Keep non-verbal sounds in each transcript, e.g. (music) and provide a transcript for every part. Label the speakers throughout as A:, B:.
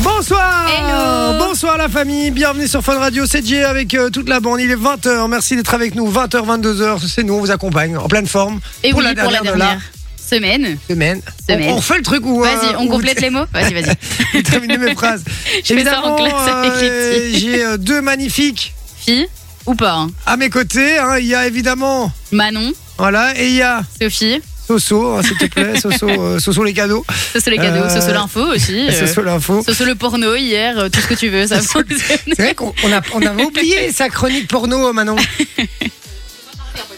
A: Bonsoir
B: Hello.
A: Bonsoir la famille, bienvenue sur Fun Radio, c'est Jay avec euh, toute la bande, il est 20h, merci d'être avec nous, 20h, 22h, c'est nous, on vous accompagne en pleine forme
B: Et
A: pour,
B: oui,
A: la
B: pour la
A: dernière de
B: dernière semaine.
A: la semaine.
B: Semaine.
A: On, on fait le truc ou
B: Vas-y,
A: (laughs)
B: on complète les mots. Vas-y, vas-y.
A: les... terminer mes phrases.
B: (laughs) Je fais ça en classe avec
A: euh,
B: les petits.
A: j'ai euh, deux magnifiques
B: Fille ou pas hein.
A: à mes côtés, hein, il y a évidemment,
B: Manon,
A: voilà, et il y a
B: Sophie,
A: Soso, hein, s'il te
B: (laughs)
A: plaît, Soso, euh, Soso les cadeaux,
B: Soso les cadeaux,
A: Euh,
B: Soso l'info aussi. euh,
A: Soso l'info.
B: Soso le porno hier, euh, tout ce que tu veux, ça
A: Soso-
B: fonctionne.
A: C'est vrai qu'on on a- on avait oublié sa chronique porno, euh, Manon.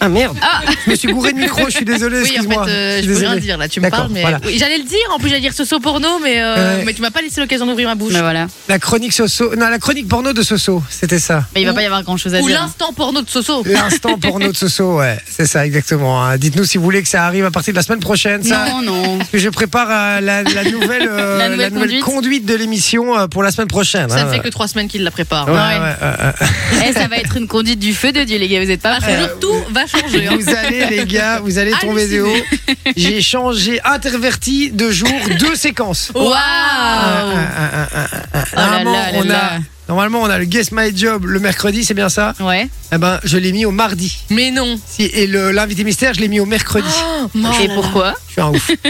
A: Ah merde
B: Ah.
A: Je me suis gouré de micro, je suis désolé,
B: Oui, en
A: excuse-moi.
B: fait, euh,
A: suis
B: je peux
A: désolé.
B: rien dire là, tu me
A: D'accord,
B: parles, mais.
A: voilà.
B: Oui, j'allais le dire, en plus, j'allais dire Soso porno, mais,
A: euh, Ouais. mais
B: tu m'as pas laissé l'occasion d'ouvrir ma bouche. Mais Bah, voilà.
A: La chronique Soso, non, la chronique porno de Soso, c'était ça.
B: Mais il va pas y avoir grand chose à
C: Ou
B: dire.
C: l'instant porno de Soso.
A: L'instant porno de Soso, ouais, c'est ça exactement. hein. Dites-nous si vous voulez que ça arrive à partir de la semaine prochaine, ça.
B: Non, non.
A: Parce que je prépare euh, la, la nouvelle, euh,
B: (laughs) La nouvelle conduite.
A: de l'émission euh, pour la semaine prochaine.
C: Ça
A: hein.
C: ne fait que trois semaines qu'il la prépare.
A: Ouais,
B: Ouais.
A: ouais, ouais, ouais.
B: Eh, ça va être une conduite du feu de Dieu, les gars, vous êtes pas
C: Parce
B: prêts.
C: que tout va changer.
A: (laughs)
C: hein.
A: Vous allez, les gars, vous allez tomber des hauts.
C: Halluciné.
A: J'ai changé, interverti de jour deux séquences.
B: Waouh
A: Ah, ah, ah, ah, ah, ah.
B: Oh là
A: Normalement,
B: là là
A: on a-
B: là.
A: Normalement, on a le Guess My Job le mercredi, c'est bien ça
B: hein. Ouais.
A: Eh ben, je l'ai mis au mardi.
C: Mais non. Oh,
A: Si, Et le- l'invité mystère, je l'ai mis au mercredi.
B: Oh. Et pourquoi
A: Je suis un ouf. Je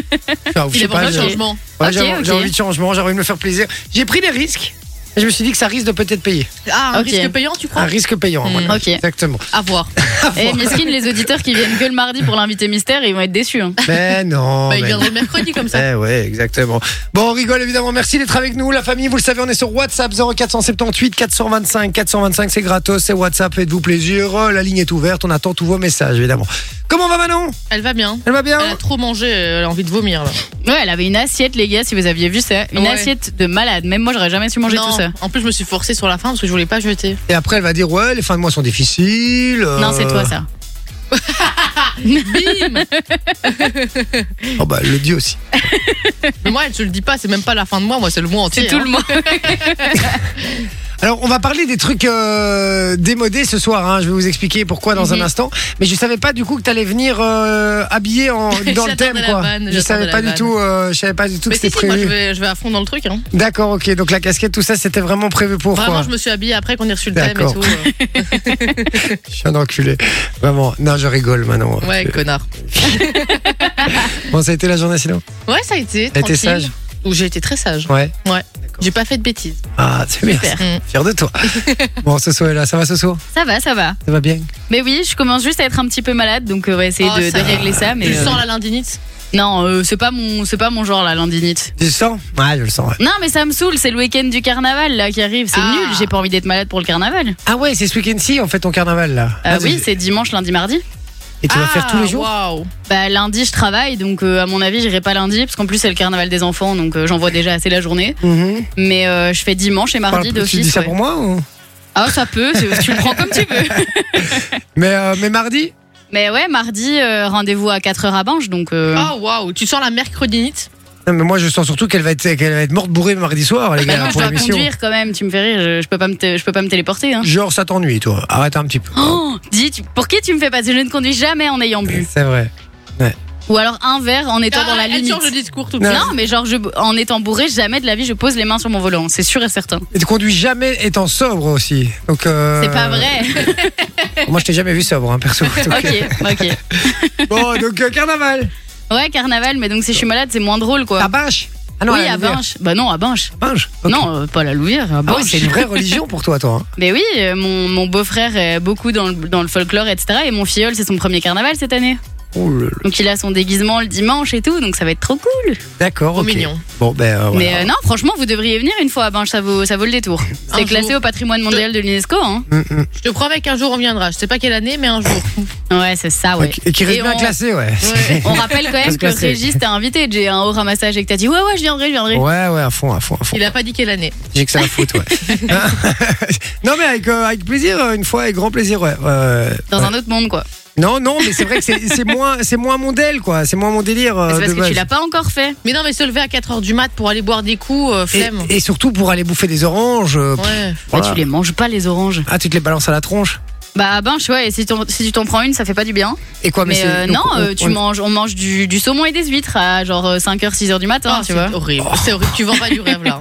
A: suis un ouf. Je
C: Il
A: sais
C: a pas
A: pas,
C: de
A: je-
C: changement.
A: Ouais,
B: Ok,
A: J'ai
B: ok.
A: j'ai envie de changement, j'ai envie de me faire plaisir. J'ai pris des risques. et Je me suis dit que ça risque de peut-être payer.
C: Ah, un
B: Ok.
C: risque payant, tu
A: Un
C: crois
A: risque payant, à mon avis.
C: Hmm.
B: Oh. Ok.
A: Exactement.
C: À voir.
B: Eh, mesquine, les auditeurs qui viennent que le mardi pour l'invité mystère, ils vont être déçus. hein.
A: Mais
B: (laughs)
A: non.
C: Bah, il
A: mais
C: viendra le mercredi comme ça.
A: Eh ouais, exactement. Bon, on rigole évidemment. Merci d'être avec nous, la famille. Vous le savez, on est sur WhatsApp 0478 425 425. C'est gratos, c'est WhatsApp. Faites-vous plaisir. Euh, La ligne est ouverte. On attend tous vos messages, évidemment. Comment va Manon
C: Elle va bien.
A: Elle va bien
C: Elle a trop mangé, elle a envie de vomir. Là.
B: Ouais, elle avait une assiette, les gars, si vous aviez vu ça. Une
C: Ouais.
B: assiette de malade. Même moi, j'aurais jamais su manger
C: Non.
B: tout ça.
C: En plus, je me suis forcée sur la fin parce que je voulais pas jeter.
A: Et après, elle va dire Ouais, les fins de mois sont difficiles. euh,
B: Non, c'est toi, ça.
A: (laughs)
C: Bim
A: Oh, bah, le dit aussi.
C: Mais moi, elle te le dit pas, c'est même pas la fin de mois, moi, c'est le mois entier.
B: C'est tout
C: hein.
B: le monde.
A: Alors, on va parler des trucs euh, démodés ce soir. hein. Je vais vous expliquer pourquoi dans un
B: Mhm.
A: instant. Mais je savais pas du coup que t'allais venir euh, habillé
C: (laughs)
A: en, dans le
C: J'attendais
A: thème,
C: la
A: quoi.
C: vanne,
A: je savais
C: j'attendais
A: pas
C: la
A: du tout. euh, je savais pas du tout
C: Mais
A: que
C: si,
A: c'était
C: si, moi, je
A: prévu.
C: vais, je vais à fond dans le truc. hein.
A: D'accord, ok. Donc la casquette, tout ça, c'était vraiment prévu pour
C: Vraiment,
A: quoi
C: je me suis habillée après qu'on ait reçu le thème et
A: D'accord.
C: tout. euh.
A: Je suis un enculé. Vraiment. Non, je rigole maintenant. (laughs)
C: Ouais, connard.
A: Bon, ça a été la journée sinon
C: Ouais, ça a été.
A: T'as été
C: tranquille.
A: sage
C: Ou j'ai été très sage.
A: Ouais.
C: Ouais. J'ai pas fait de bêtises.
A: Ah, c'est bien.
B: Super.
C: Mm.
A: Fier de toi. bon, Soso est là. Ça va, Soso
B: Ça va, ça va.
A: Ça va bien
B: Mais oui, je commence juste à être un petit peu malade, donc euh, on va essayer
C: Oh,
B: de,
C: ça
B: de
C: va.
B: régler ça. Mais
C: Tu
B: euh,
C: sens la lindinite
B: non, euh, c'est pas mon, c'est pas mon genre la lindinite.
A: Tu le sens Ouais, je le sens. ouais.
B: Non, mais ça me saoule. C'est le week-end du carnaval là qui arrive. C'est
C: Ah.
B: nul. J'ai pas envie d'être malade pour le carnaval. Euh,
A: Ah ouais, c'est ce week-end-ci, en fait, ton carnaval, là. Ah, tu-
B: oui, c'est dimanche, lundi, mardi.
A: Et tu vas faire tous les jours
C: Ah,
A: Euh.
C: Waouh
B: Bah lundi, je travaille, donc euh, à mon avis, j'irai pas lundi parce qu'en plus c'est le carnaval des enfants, donc euh, j'en vois déjà assez la journée.
A: Mhm.
B: Mais euh, je fais dimanche et
A: Parle-
B: mardi
A: Tu dis
B: d'office.
A: ça
B: ouais.
A: pour moi ou...
B: Ah, ça peut. c'est- Tu le prends comme tu
C: (laughs)
B: veux.
A: mais, euh, mais mardi
B: Mais ouais, mardi, euh, rendez-vous à 4h à Banche, donc. euh,
C: Ah waouh Tu sens la mercredinite
A: Non, mais moi, je sens surtout qu'elle va, être- qu'elle va être morte bourrée mardi soir,
B: (laughs)
A: les
B: bah
A: gars,
B: non, je
A: pour
B: dois
A: l'émission.
B: conduire quand même, tu me fais rire, je, je peux, pas me té- je peux pas me téléporter. Hein.
A: Genre, ça t'ennuie, toi. Arrête un petit peu.
B: Oh, dis, tu- pour qui tu me fais passer Je ne conduis jamais en ayant bu.
A: C'est vrai.
B: Ou alors un verre en étant dans la
C: Ah, elle
B: limite.
C: change de discours tout de
A: Non.
C: suite.
B: Non, mais genre je, en étant bourré, jamais de la vie je pose les mains sur mon volant, c'est sûr et certain.
A: Et tu conduis jamais étant sobre aussi. Donc, euh,
B: C'est pas
A: (laughs)
B: vrai.
A: Moi, je t'ai jamais vu sobre, hein, perso. Donc,
B: ok, ok.
A: Bon, donc euh, carnaval.
B: Ouais, carnaval, mais donc si je suis malade, c'est moins drôle quoi.
A: À Binche Ah non,
B: oui,
A: la
B: à
A: Louvière.
B: Binche. Bah non, à Binche.
A: Binche ok.
B: Non, euh, pas la Louvière, à
A: Ah ouais,
B: Binche.
A: c'est une vraie religion pour toi, toi. hein.
B: mais oui, euh, mon, mon beau-frère est beaucoup dans le, dans le folklore, etc. Et mon filleul, c'est son premier carnaval cette année.
A: Oh là là.
B: Donc il a son déguisement le dimanche et tout, donc ça va être trop cool.
A: D'accord,
C: Trop
A: ok.
C: mignon.
A: Bon, ben euh, voilà.
B: Mais euh, non, franchement, vous devriez venir une fois à Binche, ça vaut, ça vaut le détour.
C: Un
B: C'est classé
C: jour.
B: au patrimoine mondial de l'UNESCO. Hein.
A: Mm, mm.
C: Je te promets qu'un jour on viendra. Je sais pas quelle année, mais un jour.
B: Ouais, c'est ça, ouais.
A: Et qui reste
B: Et
A: bien
B: on-
A: classé, ouais.
C: Ouais.
B: On
A: (laughs)
B: rappelle quand
A: Parce
B: même
A: que
B: que
A: c'est-
B: Régis t'a invité, j'ai un haut ramassage et que t'as dit ouais, ouais, je viendrai, je viendrai.
A: Ouais, ouais, à fond, à fond, à fond.
C: Il a pas dit quelle année.
A: J'ai que ça à foutre, ouais.
B: (laughs)
A: non, mais avec, euh, avec plaisir, euh, une fois, avec grand plaisir, ouais. Euh,
B: Dans
A: ouais.
B: un autre monde, quoi.
A: Non, non, mais c'est vrai que c'est c'est moins, c'est moins mon délire, quoi. C'est moins mon délire. euh,
B: C'est parce
A: de
B: que tu
A: base.
B: l'as pas encore fait.
C: Mais non, mais se lever à 4h du mat pour aller boire des coups, euh,
A: Et,
C: flemme.
A: et surtout pour aller bouffer des oranges. euh, pff,
C: Ouais.
B: Bah,
A: voilà.
B: tu les manges pas, les oranges.
A: Ah, tu te les balances à la tronche
B: Bah à binge, ouais, et si, t'en- si tu t'en prends une, ça fait pas du bien.
A: Et quoi, Ah, mais,
B: mais
A: c'est-
B: euh,
A: donc,
B: non,
A: on-
B: euh, tu
A: on-
B: manges, on mange du, du saumon et des huîtres à genre euh, 5h, 6h du matin,
C: Ah,
B: tu vois.
C: C'est horrible. C'est horrible. Tu vends pas du
A: (laughs)
C: rêve là.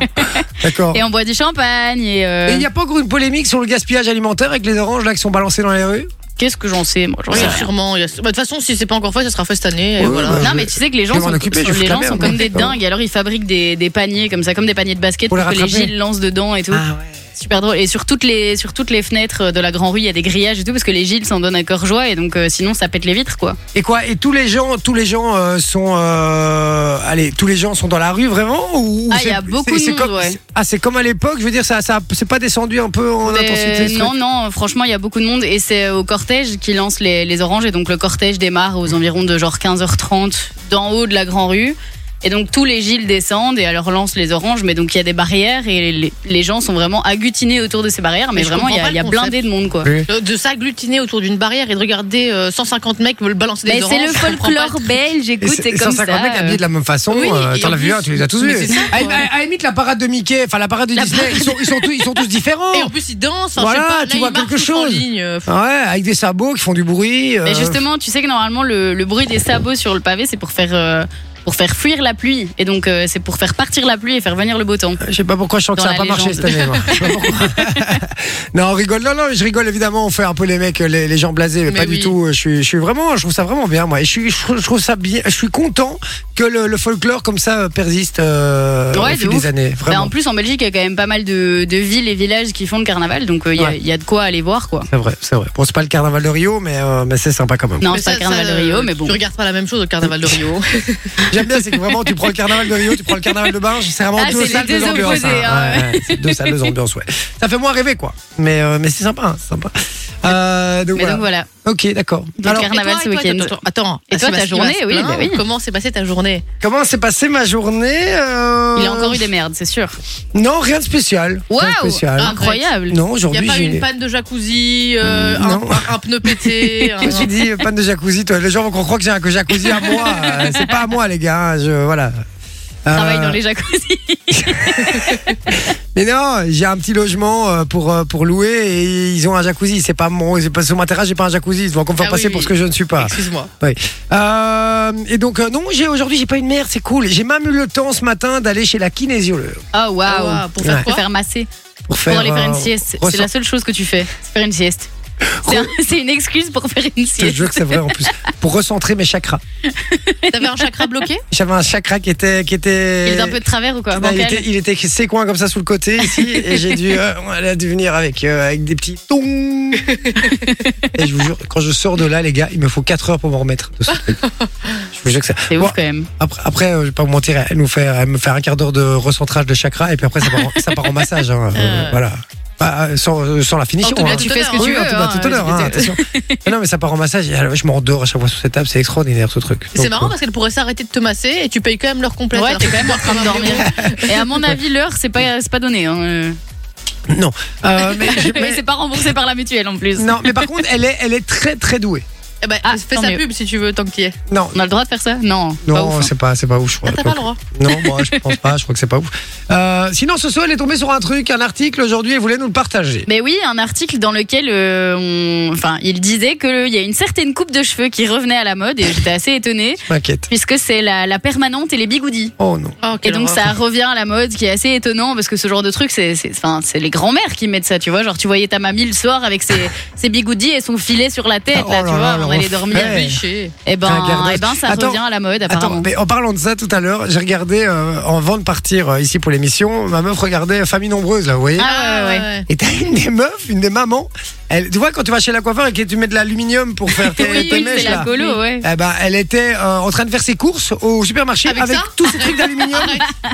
A: D'accord.
B: Et on boit du champagne et. euh,
A: Et il n'y a pas encore une polémique sur le gaspillage alimentaire avec les oranges là qui sont balancées dans les rues
B: Qu'est-ce que j'en sais, moi j'en
C: Oui,
B: sais rien.
C: sûrement. il y a- Bah, De toute façon, si c'est pas encore fait, ça sera fait cette année. et
A: Ouais,
C: voilà.
A: ouais.
B: Non, mais tu sais que les
A: Je
B: gens
A: vais m'en
B: sont,
A: occuper, je
B: sont-
A: vais
B: les
A: foutre
B: gens
A: la
B: sont
A: merde,
B: comme
A: moi.
B: des dingues. Alors ils fabriquent des, des paniers comme ça, comme des paniers de basket
A: Pour
B: pour,
A: les
B: que les
A: rattraper.
B: gilles lancent dedans et tout.
A: Ah ouais.
B: Super drôle. Et sur toutes les sur toutes les fenêtres de la Grand Rue, il y a des grillages et tout parce que les gilles s'en donnent à cœur joie et donc euh, sinon ça pète les vitres quoi.
A: Et quoi Et tous les gens, tous les gens euh, sont, euh, allez, tous les gens sont dans la rue vraiment ou, ou
B: Ah, il
A: c'est-
B: y a beaucoup
A: c'est- c'est
B: de monde,
A: comme-
B: ouais.
A: c'est- Ah, c'est comme à l'époque. Je veux dire, ça, ça, c'est pas descendu un peu en
B: Mais,
A: intensité. ce
B: non
A: truc
B: non, franchement il y a beaucoup de monde et c'est au cortège qui lance les, les oranges et donc le cortège démarre aux environs de genre 15h30 d'en haut de la Grand Rue. Et donc tous les gilles descendent et alors lancent les oranges, mais donc il y a des barrières et les, les gens sont vraiment agglutinés autour de ces barrières, mais,
C: Mais je
B: vraiment il y
C: comprends
B: a,
C: pas
B: il y a
C: le concept.
B: blindé de monde quoi.
C: Euh, De s'agglutiner autour d'une barrière et de regarder euh, 150 mecs me le balancer des
B: Mais c'est
C: oranges,
B: le
C: je comprends pas
B: folklore belge,
A: Et
B: écoute, c'est
A: et
B: comme
A: 150
B: ça.
A: mecs habillés de la même façon.
C: oui,
A: euh,
C: et
A: T'en
C: en
A: as vu
C: plus-
A: un, tu les as tous
C: mais
A: vus.
C: c'est ça,
A: À,
C: quoi.
A: à- à la limite, la parade de Mickey, enfin la parade de Disney, ils sont, ils sont tous, ils sont tous
B: (laughs)
A: différents.
C: Et en plus, ils dansent. enfin,
A: Voilà,
C: je sais pas,
A: tu
C: là,
A: vois
C: ils marchent
A: quelque
C: tous en
A: chose.
C: ligne, euh,
B: Ah,
A: Ouais, avec des sabots qui font du bruit. euh,
B: Mais justement, tu sais que normalement, le, le bruit des sabots sur le pavé, c'est pour faire. euh, pour faire fuir la pluie. Et donc, euh, c'est pour faire partir la pluie et faire venir le beau temps.
A: Je sais Euh, pas pourquoi je sens que
B: Dans
A: ça n'a
B: la
A: pas marché cette
B: légende. (laughs)
A: année. moi. Je sais pas pourquoi. non, on rigole. Non, non, je rigole évidemment. On fait un peu les mecs, les, les gens blasés, mais,
C: Mais
A: pas du
C: oui.
A: tout. Je suis, je suis vraiment, je trouve ça vraiment bien, moi. Et je, suis, je, trouve- je trouve ça bien. Je suis content que le, le folklore comme ça euh, persiste euh,
B: Ouais,
A: au
B: de
A: fil
B: ouf.
A: des années.
B: Bah,
A: Vraiment.
B: en plus, en Belgique, il y a quand même pas mal de, de villes et villages qui font le carnaval. Donc, euh, il y a-
A: Ouais.
B: il y a de quoi aller voir, quoi.
A: c'est vrai, c'est vrai. Bon, c'est pas le carnaval de Rio, mais, euh, mais c'est sympa quand même.
B: Non,
C: mais
B: c'est pas
C: ça,
B: le carnaval
C: ça,
B: de Rio,
C: euh,
B: mais bon.
C: Tu regardes pas la même chose au carnaval de Rio.
A: J'aime bien, c'est que vraiment, tu prends le carnaval de Rio, tu prends le carnaval de Binge, c'est vraiment
B: Ah,
A: deux
B: c'est les
A: salles,
B: deux
A: deux ambiances.
B: opposés, hein,
A: Ouais, ouais, c'est deux salles, deux ambiances, ouais. Ça fait moins rêver, quoi. Mais, euh, mais c'est sympa, hein, c'est sympa. Euh, donc
B: Mais
A: voilà.
B: donc, voilà.
A: Ok, d'accord.
B: Donc,
A: Alors,
B: car- Carnaval ce
C: Et toi, et toi,
B: week-end.
C: attends, attends, Attends.
B: Et toi,
C: Ah,
B: ta
C: Sébastien, il
B: journée,
C: va se
B: oui,
C: plaindre.
B: bah oui.
C: Comment s'est passée ta journée
A: Comment s'est passée ma journée euh,
B: Il a encore eu des merdes, c'est sûr.
A: Non, rien de spécial.
B: Waouh
A: Rien de spécial.
B: Incroyable
A: Non,
C: Il n'y a
A: aujourd'hui,
C: pas eu
A: j'ai-
C: une panne de jacuzzi, euh,
A: Mm,
C: un,
A: non.
C: un- un
A: (laughs)
C: pneu pété. un-
A: Je me suis
B: (laughs)
A: dit, euh, panne de jacuzzi, toi. Les gens vont croire que j'ai un jacuzzi à moi. Euh, C'est pas à moi, les gars. hein, Je, voilà. Euh,
B: Travaille dans les (laughs) Oh, jacuzzis.
A: Mais non, j'ai un petit logement euh, pour, euh, pour louer et ils ont un jacuzzi. C'est pas mon, c'est pas sur ma terrasse, j'ai pas un jacuzzi. Ils vont encore me faire
C: Ah
A: passer
C: oui.
A: pour ce que je ne suis pas.
C: Excuse-moi.
A: Ouais. Euh, et donc, euh, non, j'ai, aujourd'hui, j'ai pas une merde, c'est cool. J'ai même eu le temps ce matin d'aller chez la kinésiologue
B: Ah,
C: Ah,
B: waouh.
C: waouh, Pour
A: Ouais.
C: faire
B: Pour
C: quoi
B: faire masser.
A: pour faire,
B: Pour aller faire
A: euh,
B: une sieste. C'est
A: ressort-
B: la seule chose que tu fais. C'est faire une sieste. C'est un- (laughs) C'est une excuse pour faire une
A: Je te
B: sieste.
A: jure que c'est vrai en plus. Pour recentrer mes chakras.
C: T'avais un chakra bloqué
A: (laughs) J'avais un chakra qui était. Qui
B: Il
A: était...
B: est un peu de travers ou quoi
A: Non, Euh, bah, il
B: bancal
A: était, il était ses coins comme ça sous le côté ici et j'ai dû, euh, on a dû venir avec, euh, avec des petits
B: (laughs)
A: tons. et je vous jure, quand je sors de là, les gars, il me faut 4 heures pour m'en remettre de ce truc. Je vous jure que ça.
B: C'est
A: Bon,
B: ouf quand même.
A: après, après, euh, je vais pas vous mentir, elle, nous fait, elle me fait un quart d'heure de recentrage de chakra et puis après ça part en, ça part en massage.
B: Ah.
A: hein, euh, voilà. Bah, euh, sans, euh, sans la finition.
C: tout bien,
A: hein.
C: tout
B: Tu fais ce que
A: Oui,
B: tu
A: oui,
B: veux.
A: à tout, à tout
B: hein,
A: à l'heure,
B: ce que
A: hein,
B: tu- (laughs)
A: attention. Mais non, mais ça part en massage. Et alors, je m'endors à chaque fois sur cette table. C'est extraordinaire ce truc.
C: C'est
A: Donc,
C: marrant
A: euh,
C: parce qu'elle pourrait s'arrêter de te masser et tu payes quand même l'heure complète.
B: Ouais,
C: Alors,
B: t'es
C: tu
B: quand même en
C: vois,
B: train de
C: comme un (laughs)
B: dormir.
C: héros.
B: Et à mon avis, l'heure, c'est pas, c'est pas donné. Hein. euh.
A: Non. Euh,
B: (laughs)
A: mais, je-
B: Et
A: mais-
B: c'est pas remboursé par la mutuelle en plus.
A: non, mais par contre, elle est, elle est très très douée.
C: Eh ben,
B: Ah,
C: fais
B: tant
C: sa
B: mieux.
C: pub si tu veux, tant que t'y es.
A: Non.
B: On a le droit de faire ça Non. pas
A: Non,
B: ouf, hein.
A: c'est pas, c'est pas ouf, je crois.
C: Ah, t'as pas le droit.
A: Non, moi, je pense pas, je crois que c'est pas ouf. Euh, sinon, ce soir, elle est tombée sur un truc, un article aujourd'hui, elle voulait nous le partager.
B: Mais oui, un article dans lequel euh, on... enfin, il disait qu'il y a une certaine coupe de cheveux qui revenait à la mode et j'étais assez étonnée
A: M'inquiète.
B: puisque c'est la, la permanente et les bigoudis.
A: Oh non.
C: Ah,
B: Et donc ça revient à la mode, qui est assez étonnant parce que ce genre de truc, c'est c'est- enfin, c'est les grands-mères qui mettent ça, tu vois. Genre tu voyais ta mamie le soir avec ses, ses bigoudis et son filet sur la tête,
A: Oh là
B: là, tu
A: là,
B: vois,
A: le
B: avant d'aller dormir.
A: refait.
C: Cliché.
B: Et ben,
A: Putain, gardos.
B: eh ben ça
A: Attends,
B: revient à la mode
A: Attends,
B: apparemment.
A: mais en parlant de ça tout à l'heure, j'ai regardé, euh, avant de partir euh, ici pour l'émission, ma meuf regardait Famille Nombreuse, là, vous voyez.
B: Ah ouais, ouais, ouais.
A: Et t'as une des meufs, une des mamans, elle, tu vois, quand tu vas chez la coiffeur et que tu mets de l'aluminium pour
B: (laughs)
A: faire tes,
B: Oui,
A: tes
B: oui,
A: mèches,
B: c'est la
A: là.
B: colo, ouais.
A: Eh ben, elle était euh, en train de faire ses courses au supermarché avec,
C: Avec ça
A: tout ce truc
B: (laughs)
A: d'aluminium.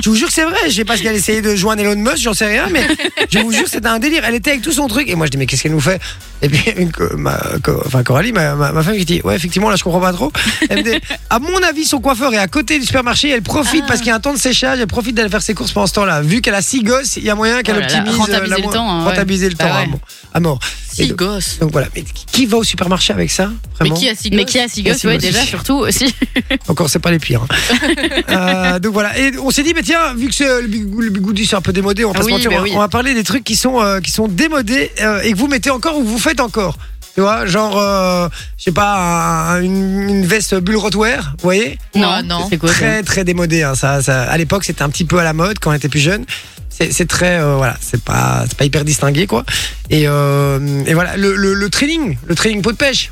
A: je vous jure que c'est vrai. Je sais pas ce qu'elle essayait de joindre Elon Musk, j'en sais rien, mais je vous jure c'était un délire. Elle était avec tout son truc et moi je dis mais qu'est-ce qu'elle nous fait Et puis une co- ma, co- enfin Coralie, ma, ma, ma femme qui dit ouais effectivement là je comprends pas trop. Elle me dit à mon avis son coiffeur est à côté du supermarché. Elle profite
B: Ah.
A: parce qu'il y a un temps de séchage. Elle profite d'aller faire ses courses pendant ce temps-là. Vu qu'elle a six gosses, il y a moyen qu'elle
B: Oh là là,
A: optimise euh,
B: rentabiliser
A: la
B: le
A: mo-
B: temps, hein, ouais.
A: rentabiliser le
B: Bah
A: temps à
B: ouais.
A: mort. à mort. Et
C: Six
A: donc-
C: gosses.
A: Donc voilà. Mais qui va au supermarché avec ça
C: Mais
A: vraiment
C: qui a six
B: Mais
C: gosses
B: qui a six gosses,
A: Merci,
B: ouais,
A: moi aussi.
B: déjà, surtout aussi.
A: Encore, c'est pas les pires. hein. Euh, donc voilà. Et on s'est dit, mais tiens, vu que c'est- le bigou- le bigoudi c'est un peu démodé, on va, pas
B: Ah
A: se
B: oui,
A: mentir,
B: bah
A: on-
B: oui.
A: on va parler des trucs qui sont, euh, qui sont démodés euh, et que vous mettez encore ou que vous faites encore. Tu vois, genre, euh, je sais pas, un- une, une veste bulle rotwear, vous voyez
C: Non,
B: Non,
C: non.
B: C'est quoi ça
A: Très, très démodé. hein, ça, ça- à l'époque, c'était un petit peu à la mode quand on était plus jeune. C'est c'est très, euh, voilà, c'est pas, c'est pas hyper distingué, quoi. Et, euh, et voilà, le, le, le training, le training pot de pêche.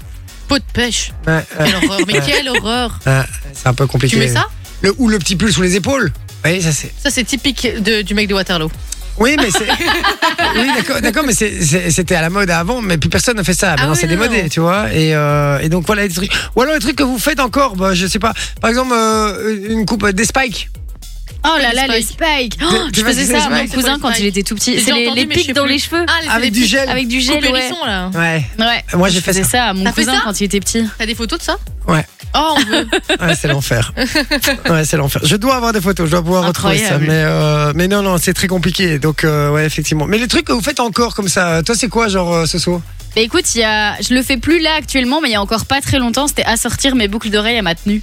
C: Peau de
A: (laughs)
C: pêche.
A: Ouais, euh,
C: Quelle horreur. Mais quelle horreur.
A: euh, c'est un peu compliqué.
C: Tu mets ça
A: le, Ou le petit pull sous les épaules. Oui, ça c'est.
C: Ça, c'est typique de- du mec de Waterloo.
A: Oui, mais c'est. oui, d'accord, d'accord, mais c'est- c'est- c'était à la mode avant, mais plus personne ne fait ça. Maintenant,
C: oui,
A: c'est
C: non,
A: démodé,
C: non.
A: tu vois. Et, euh, et donc, voilà les trucs. Ou alors, les trucs que vous faites encore, bah, je sais pas. Par exemple, euh, une coupe euh, des spikes.
B: Oh là là,
C: Les
B: les spikes. Oh,
A: Tu- tu
B: je
A: vois,
B: faisais
A: c'est
B: ça
A: les
B: à mon
C: spikes, c'est
B: cousin
C: quoi, les
B: quand il
C: spikes
B: était tout petit.
C: J'ai
B: C'est les,
C: entendu,
B: les
C: mais je sais
B: pics dans
C: plus.
B: les cheveux.
C: Ah, les- c'est
A: Avec
C: des
A: du
C: petits
A: gel.
B: Avec du
C: coupes
B: gel, ouais.
C: hérissons, là.
A: Ouais.
B: Ouais.
A: Moi, j'ai
B: je
A: fait
B: faisais
A: ça.
B: ça à mon
C: T'as fait
B: cousin
C: ça
B: quand il était petit.
C: T'as des photos de ça
A: Ouais.
C: Oh, on veut.
A: Ouais, c'est l'enfer. Ouais, c'est l'enfer. Je dois avoir des photos, je dois pouvoir retrouver ça.
B: Incroyable.
A: Mais, euh, mais non, non, c'est très compliqué. Donc, euh, ouais, effectivement. Mais les trucs que vous faites encore comme ça, toi, c'est quoi, genre, euh, ce saut
B: Bah écoute, il y a... je le fais plus là actuellement, mais il y a encore pas très longtemps, c'était assortir mes boucles d'oreilles à ma tenue.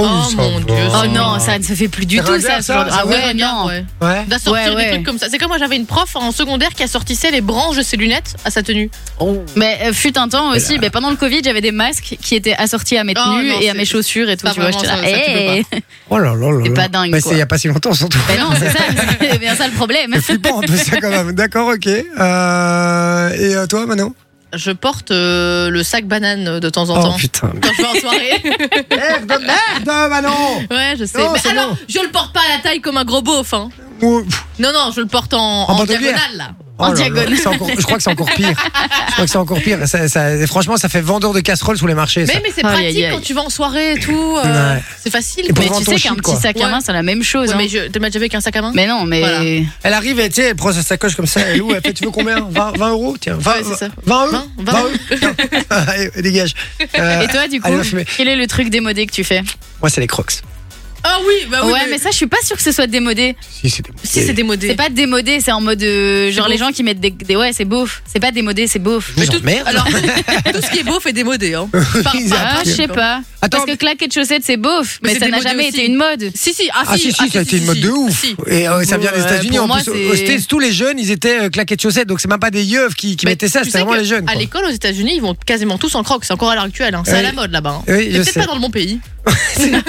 C: Oh,
A: ça
C: mon
A: va.
C: Dieu,
B: Oh, non, ça ne se fait plus du
A: C'est
B: tout
A: ringard,
B: ça. ce
A: ça,
B: genre de-
A: ça,
B: Ah ouais,
C: bien,
B: non.
C: ouais.
A: Ouais.
C: D'assortir
B: Ouais,
C: des
B: ouais.
C: trucs comme ça. C'est comme moi, j'avais une prof en secondaire qui assortissait les branches de ses lunettes à sa tenue.
B: Mais euh, fut un temps aussi, mais pendant le Covid, j'avais des masques qui étaient assortis à mes
C: Oh,
B: tenues
C: non,
B: et à
C: c'est-
B: mes chaussures et tout.
C: pas
B: Tu vois,
C: vraiment
B: j'étais là,
C: ça, ça, tu peux
B: hey.
A: Oh là là là.
B: C'est
A: là.
B: pas dingue,
A: Mais c'est
B: quoi.
A: il y a pas si longtemps, surtout.
B: Ben non,
C: (laughs)
B: c'est ça, c'est bien ça le problème.
A: C'est flippant un peu ça quand même. D'accord, ok. Euh, et euh, toi, Manon
C: Je porte euh, le sac banane de temps en
A: Oh
C: temps.
A: putain.
C: Quand je vais en
A: (laughs)
C: soirée.
A: Merde, merde, Manon
C: ouais, je sais.
A: Non,
C: Mais
A: c'est
C: alors,
A: bon.
C: je le porte pas à la taille comme un gros beauf. Hein.
A: Ou- pff,
C: Non, non, je le porte en,
A: En
C: en
A: bandoulière.
C: diagonale, là.
A: oh là là,
B: diagonale.
A: c'est encore- je crois que c'est encore pire. Je crois que c'est encore pire. Ça- ça- franchement, ça fait vendeur de casseroles sous les marchés. ça.
C: Mais, mais c'est
B: Aïe,
C: pratique
B: aïe, aïe.
C: quand tu vas en soirée et tout. euh,
A: Ouais.
C: C'est facile.
A: Et pour
B: Mais
A: vendre
B: tu
A: ton
B: sais qu'un
A: shit,
B: petit
A: quoi.
B: sac à main, c'est la même chose.
C: Ouais,
B: hein.
C: mais je te mets jamais avec un sac à main
B: Mais non, mais.
C: Voilà.
A: Elle arrive et tu sais, elle prend sa sacoche comme ça, elle ouvre, elle fait tu veux combien 20, 20 euros Tiens, 20,
C: Ouais, c'est ça.
A: 20 euros
C: 20,
A: 20 euros Tiens. (laughs) Allez, Dégage. Euh,
B: Et toi, du coup,
A: allez, on va fumer.
B: quel est le truc démodé que tu fais
A: moi, c'est les crocs.
C: Ah oui, bah oui.
B: Ouais, mais ça, je suis pas sûre que ce soit démodé.
A: Si, c'était
C: Si c'est démodé.
B: C'est pas démodé, c'est en mode. euh, genre,
C: C'est
B: les
C: beauf.
B: gens qui mettent des. des- ouais, c'est beauf. C'est pas démodé, c'est beauf.
A: Mais
C: tout-
A: merde. (laughs)
C: Alors, tout ce qui est beau fait démodé. Hein. Par- par-
A: Ils
B: Ah, je sais pas.
A: Attends,
B: Parce que claquettes chaussettes, c'est beauf.
C: Mais
B: Mais,
C: c'est
B: ça n'a
C: démodé
B: jamais
C: aussi.
B: été une mode.
C: Si, si, ah,
A: Ah si, si, ça a été une mode
C: si,
A: de
C: si.
A: ouf.
C: Si.
A: Et euh, ça vient des
B: Ouais,
A: États-Unis
B: pour
A: en
B: moi,
A: plus.
B: c'est-
A: Aux States, tous les jeunes, ils étaient euh, claquettes chaussettes, donc c'est même pas des yeux qui, qui
C: Mais
A: mettaient ça,
C: Bah, tu
A: c'était
C: sais
A: vraiment
C: que
A: les jeunes.
C: À
A: quoi.
C: l'école, aux États-Unis, ils vont quasiment tous en croque. C'est encore à l'heure actuelle. hein. C'est
A: Oui.
C: à la mode là-bas. hein.
A: Oui,
C: C'est
A: je
C: peut-être
A: sais.
C: pas dans le bon pays.
A: (laughs)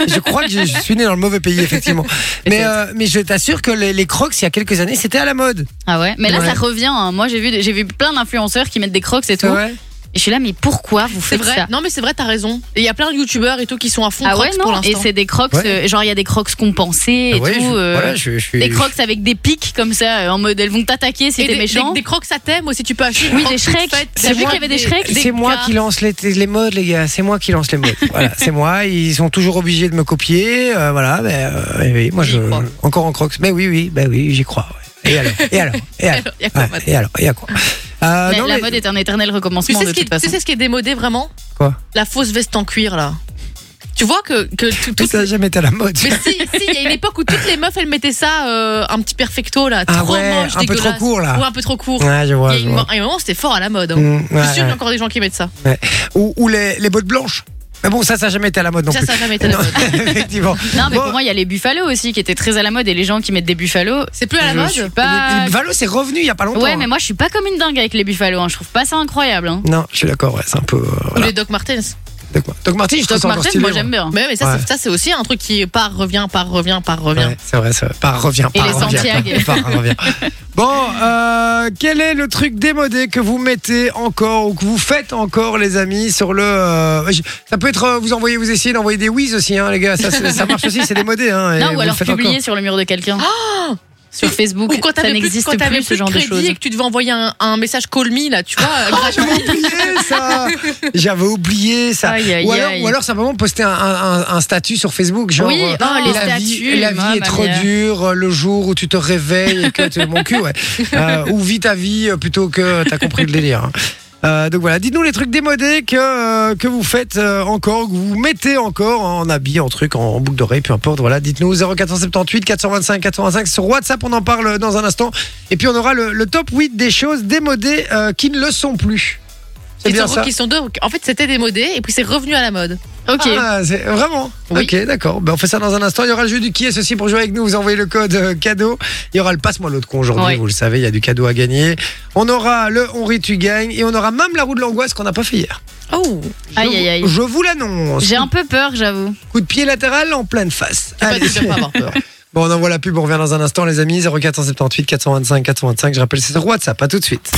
A: je crois que je, je suis né dans le mauvais pays, effectivement. mais, euh, mais je t'assure que les, les crocs, il y a quelques années, c'était à la mode.
B: Ah ouais Mais là,
A: Ouais.
B: ça revient. hein. Moi, j'ai vu, j'ai vu plein d'influenceurs qui mettent des crocs et tout.
A: Ouais.
B: Et je suis là, mais pourquoi vous
C: C'est
B: faites
C: vrai.
B: ça
C: Non, mais c'est vrai, t'as raison. Et Il y a plein de youtubeurs et tout qui sont à fond
B: Ah ouais,
C: crocs pour
B: non Et
C: l'instant. Ah
B: c'est des crocs.
A: Ouais.
B: euh, genre, il y a des crocs compensés et
A: Ah Ouais,
B: tout.
A: je,
B: euh,
A: voilà, je, je suis.
B: Des crocs avec des pics comme ça, euh, en mode elles vont t'attaquer si
C: Et
B: t'es
C: des,
B: méchant.
C: des, des crocs à thème aussi, tu peux acheter.
B: Oui,
C: crocs
B: des
C: toutes
B: Shrek.
C: faites.
B: T'as vu qu'il y avait des Shrek
C: des
A: C'est moi
C: gars.
A: qui lance les, les modes, les gars. C'est moi qui lance les
C: (laughs)
A: modes. voilà, c'est moi. Ils sont toujours obligés de me copier. euh, voilà, mais euh, oui, oui, moi
C: J'y
A: je
C: crois.
A: encore en crocs. Mais oui, oui, bah oui, j'y crois. ouais. Et alors Et alors Et alors
C: (laughs) Il
A: Ouais, Et
C: y a quoi, maintenant
A: alors Et
C: (laughs)
A: à quoi Euh,
B: La,
A: non,
B: la
A: mais-
B: mode est un éternel
C: Tu
B: recommencement
C: sais,
B: de
C: ce qui,
B: toute façon.
C: tu sais ce qui est démodé vraiment
A: Quoi
C: La fausse veste en cuir là. Tu vois que, que tout,
A: mais
C: toutes
A: ça n'a jamais été à la mode.
C: Mais si, si, il y a une époque où toutes les meufs, elles mettaient ça euh, un petit perfecto là,
A: Ah
C: trop
A: ouais,
C: moche,
A: un peu trop
C: dégueulasse.
A: court là.
C: Ouais, un peu trop
A: (laughs)
C: court.
A: Ouais, je
C: Il y
A: vois.
C: a
A: je
C: une-
A: vois.
C: à un moment, c'était fort à la mode. hein.
A: Mmh,
C: Je
A: ouais,
C: suis sûr qu'il y
A: ouais.
C: a encore des gens qui mettent ça.
A: Ou, ou les, les bottes blanches. Mais bon, ça, ça n'a jamais été à la mode non
C: ça,
A: plus.
C: ça n'a jamais été à la
A: Non, (laughs)
C: mode.
A: Effectivement.
B: Non, mais
A: Bon,
B: pour moi, il y a les buffalo aussi qui étaient très à la mode et les gens qui mettent des buffalo.
C: C'est plus à la
B: je
C: mode
B: suis
A: les-
B: pas.
A: les Valo, c'est revenu il n'y a pas longtemps.
C: hein.
A: hein.
B: Ouais, mais moi, je suis pas comme une dingue avec les buffalo. hein. Je trouve pas ça incroyable. hein.
A: Non, je suis d'accord, ouais, c'est un peu. euh,
C: Ou
A: voilà.
C: les Doc Martens.
A: Doc Mar- Doc Martens, je trouve
B: Doc
A: ça encore
B: Martens,
A: stylé.
B: moi,
A: moi.
B: j'aime bien.
C: Mais, ouais, mais ça,
A: Ouais.
C: c'est- ça, c'est aussi un truc qui part, revient, part, revient, part, revient.
A: Ouais, c'est vrai, ça. Par, revient,
B: Et
A: par,
B: les
A: revient, (laughs)
B: Santiago.
A: par, par, revient. Bon, euh, quel est le truc démodé que vous mettez encore ou que vous faites encore, les amis, sur le. euh, je- ça peut être. euh, Vous envoyez, vous essayez d'envoyer des whiz aussi, hein, les gars. Ça, c'est- ça marche aussi, c'est démodé. Hein, et
B: non,
A: vous
B: ou
A: le
B: alors
A: faites
B: publier
A: encore.
B: sur le mur de quelqu'un. sur Facebook,
C: Ah Ou quand
B: ça
C: t'avais plus,
B: n'existe
C: quand
B: plus,
C: t'avais
B: ce genre
C: de
B: de
C: crédit
B: choses.
C: et que tu devais envoyer un, un message call me là, tu
A: (laughs)
C: vois,
A: Ah,
C: euh, gratuit.
A: J'avais oublié ça J'avais oublié ça
B: Aïe, aïe,
A: ou, alors,
B: aïe.
A: ou alors simplement poster un, un- un- un statut sur Facebook, genre
B: Oui,
A: euh,
B: oh, les
A: la,
B: statuts,
A: vie, la
B: ma
A: vie est trop
B: manière.
A: dure, euh, le jour où tu te réveilles et que tu mon cul,
B: (laughs)
A: ouais. Euh, ou vis ta vie euh, plutôt que t'as compris le délire. hein. Euh, donc voilà, dites-nous les trucs démodés que, euh, que vous faites euh, encore, que vous mettez encore en habit, en truc, en, boucle d'oreille, peu importe. Voilà, dites-nous 0478 425 425 sur WhatsApp, on en parle dans un instant. Et puis on aura le, le top 8 des choses démodées euh, qui ne le sont plus. C'est
C: Qui
A: bien
C: sont,
A: ça.
C: qui sont deux. En fait, c'était démodé et puis c'est revenu à la mode.
B: Ok.
A: Ah, c'est- vraiment
C: Oui.
A: Ok, d'accord. Ben, on fait ça dans un instant. Il y aura le jeu du qui est ceci pour jouer avec nous. Vous envoyez le code euh, cadeau. Il y aura le passe-moi l'autre con aujourd'hui.
B: Ouais.
A: Vous le savez, il y a du cadeau à gagner. On aura le on rit, tu gagnes. Et on aura même la roue de l'angoisse qu'on n'a pas fait hier.
C: Oh
A: Je
B: Aïe,
A: vous-
B: aïe, aïe.
A: Ah, Je vous l'annonce.
B: J'ai un peu peur, j'avoue.
A: Coup de pied latéral en pleine face.
C: Pas
A: Allez.
C: dit de pas avoir peur.
A: (laughs) Bon, on envoie la pub. On revient dans un instant, les amis. 0478 425 425. Je rappelle, c'est sur WhatsApp. À tout de suite.